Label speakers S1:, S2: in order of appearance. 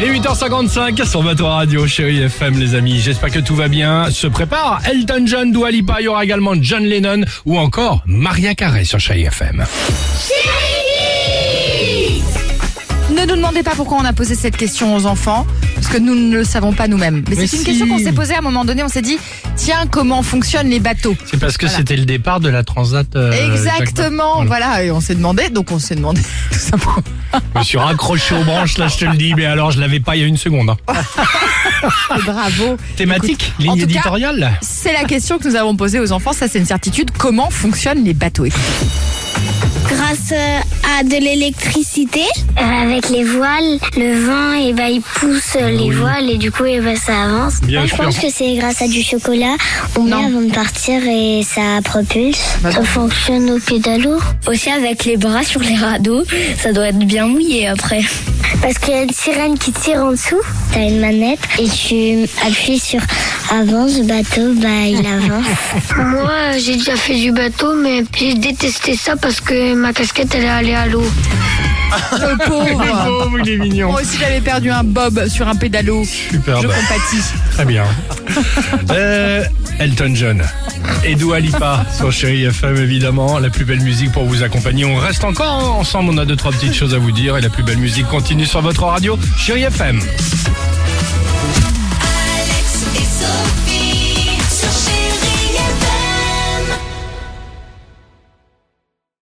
S1: 8h55 sur votre radio, chérie FM, les amis. J'espère que tout va bien. Se prépare Elton John, Dua Lipa, il y aura également John Lennon ou encore Maria Carey sur chérie FM.
S2: Ne nous demandez pas pourquoi on a posé cette question aux enfants, parce que nous ne le savons pas nous-mêmes. Mais,
S1: Mais
S2: c'est une
S1: si.
S2: question qu'on s'est posée à un moment donné, on s'est dit, tiens, comment fonctionnent les bateaux
S1: C'est parce que
S2: Voilà.
S1: c'était le départ de la Transat. euh, Jacques
S2: Exactement,
S1: Vabre.
S2: voilà, et on s'est demandé, donc on s'est demandé tout simplement.
S1: Je me suis raccroché aux branches, là, je te le dis. Mais alors, je l'avais pas il y a une seconde. hein.
S2: Et bravo.
S1: Thématique,
S2: en
S1: ligne
S2: tout cas,
S1: éditoriale.
S2: C'est la question que nous avons posée aux enfants, ça c'est une certitude, comment fonctionnent les bateaux Écoutez.
S3: grâce euh, à de l'électricité.
S4: Euh, Avec les voiles, le vent, et ben, il pousse euh, les voiles et du coup, et ben, ça avance.
S1: Bien
S4: Moi,
S1: sûr.
S4: je pense que c'est grâce à du chocolat. On met
S2: Non.
S4: avant de partir et ça propulse.
S2: Bah non.
S4: ça fonctionne au pédalo.
S3: Aussi avec les bras sur les radeaux, ça doit être bien mouillé après.
S4: Parce qu'il y a une sirène qui tire en dessous. T'as une manette et tu appuies sur avance bateau, bah il avance.
S5: Moi, euh, j'ai déjà fait du bateau, mais j'ai détesté ça parce que ma casquette, elle est allée à l'eau.
S2: Le pauvre
S1: Oh, il est mignon.
S2: Moi aussi j'avais perdu un bob sur un pédalo.
S1: Super,
S2: Je
S1: bah,
S2: compatis.
S1: très bien. Euh, Elton John et Dua Lipa sur Chéri FM, évidemment. La plus belle musique pour vous accompagner. On reste encore ensemble, on a deux, trois petites choses à vous dire. Et la plus belle musique continue sur votre radio, Chéri FM.
S6: Alex et Sophie.